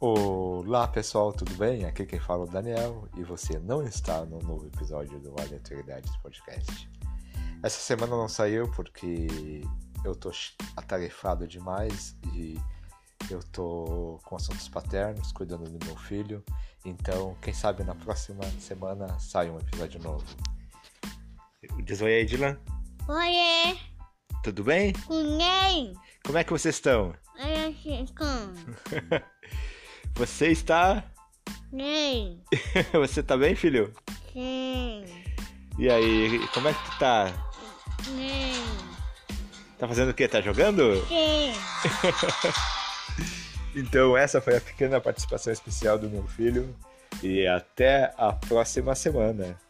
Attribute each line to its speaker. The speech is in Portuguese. Speaker 1: Olá pessoal, tudo bem? Aqui quem fala é o Daniel e você não está no novo episódio do Aleatoriedades Podcast. Essa semana não saiu porque eu tô atarefado demais e eu tô com assuntos paternos, cuidando do meu filho, então quem sabe na próxima semana sai um episódio novo. Diz oi aí, Dylan.
Speaker 2: Oiê,
Speaker 1: Tudo bem?
Speaker 2: ninguém
Speaker 1: Como é que vocês estão?
Speaker 2: era chicão,
Speaker 1: Você está...
Speaker 2: nem,
Speaker 1: Você tá bem, filho?
Speaker 2: sim,
Speaker 1: E aí, como é que tu tá?
Speaker 2: nem,
Speaker 1: Tá fazendo o quê? Tá jogando?
Speaker 2: sim.
Speaker 1: Então essa foi a pequena participação especial do meu filho e até a próxima semana.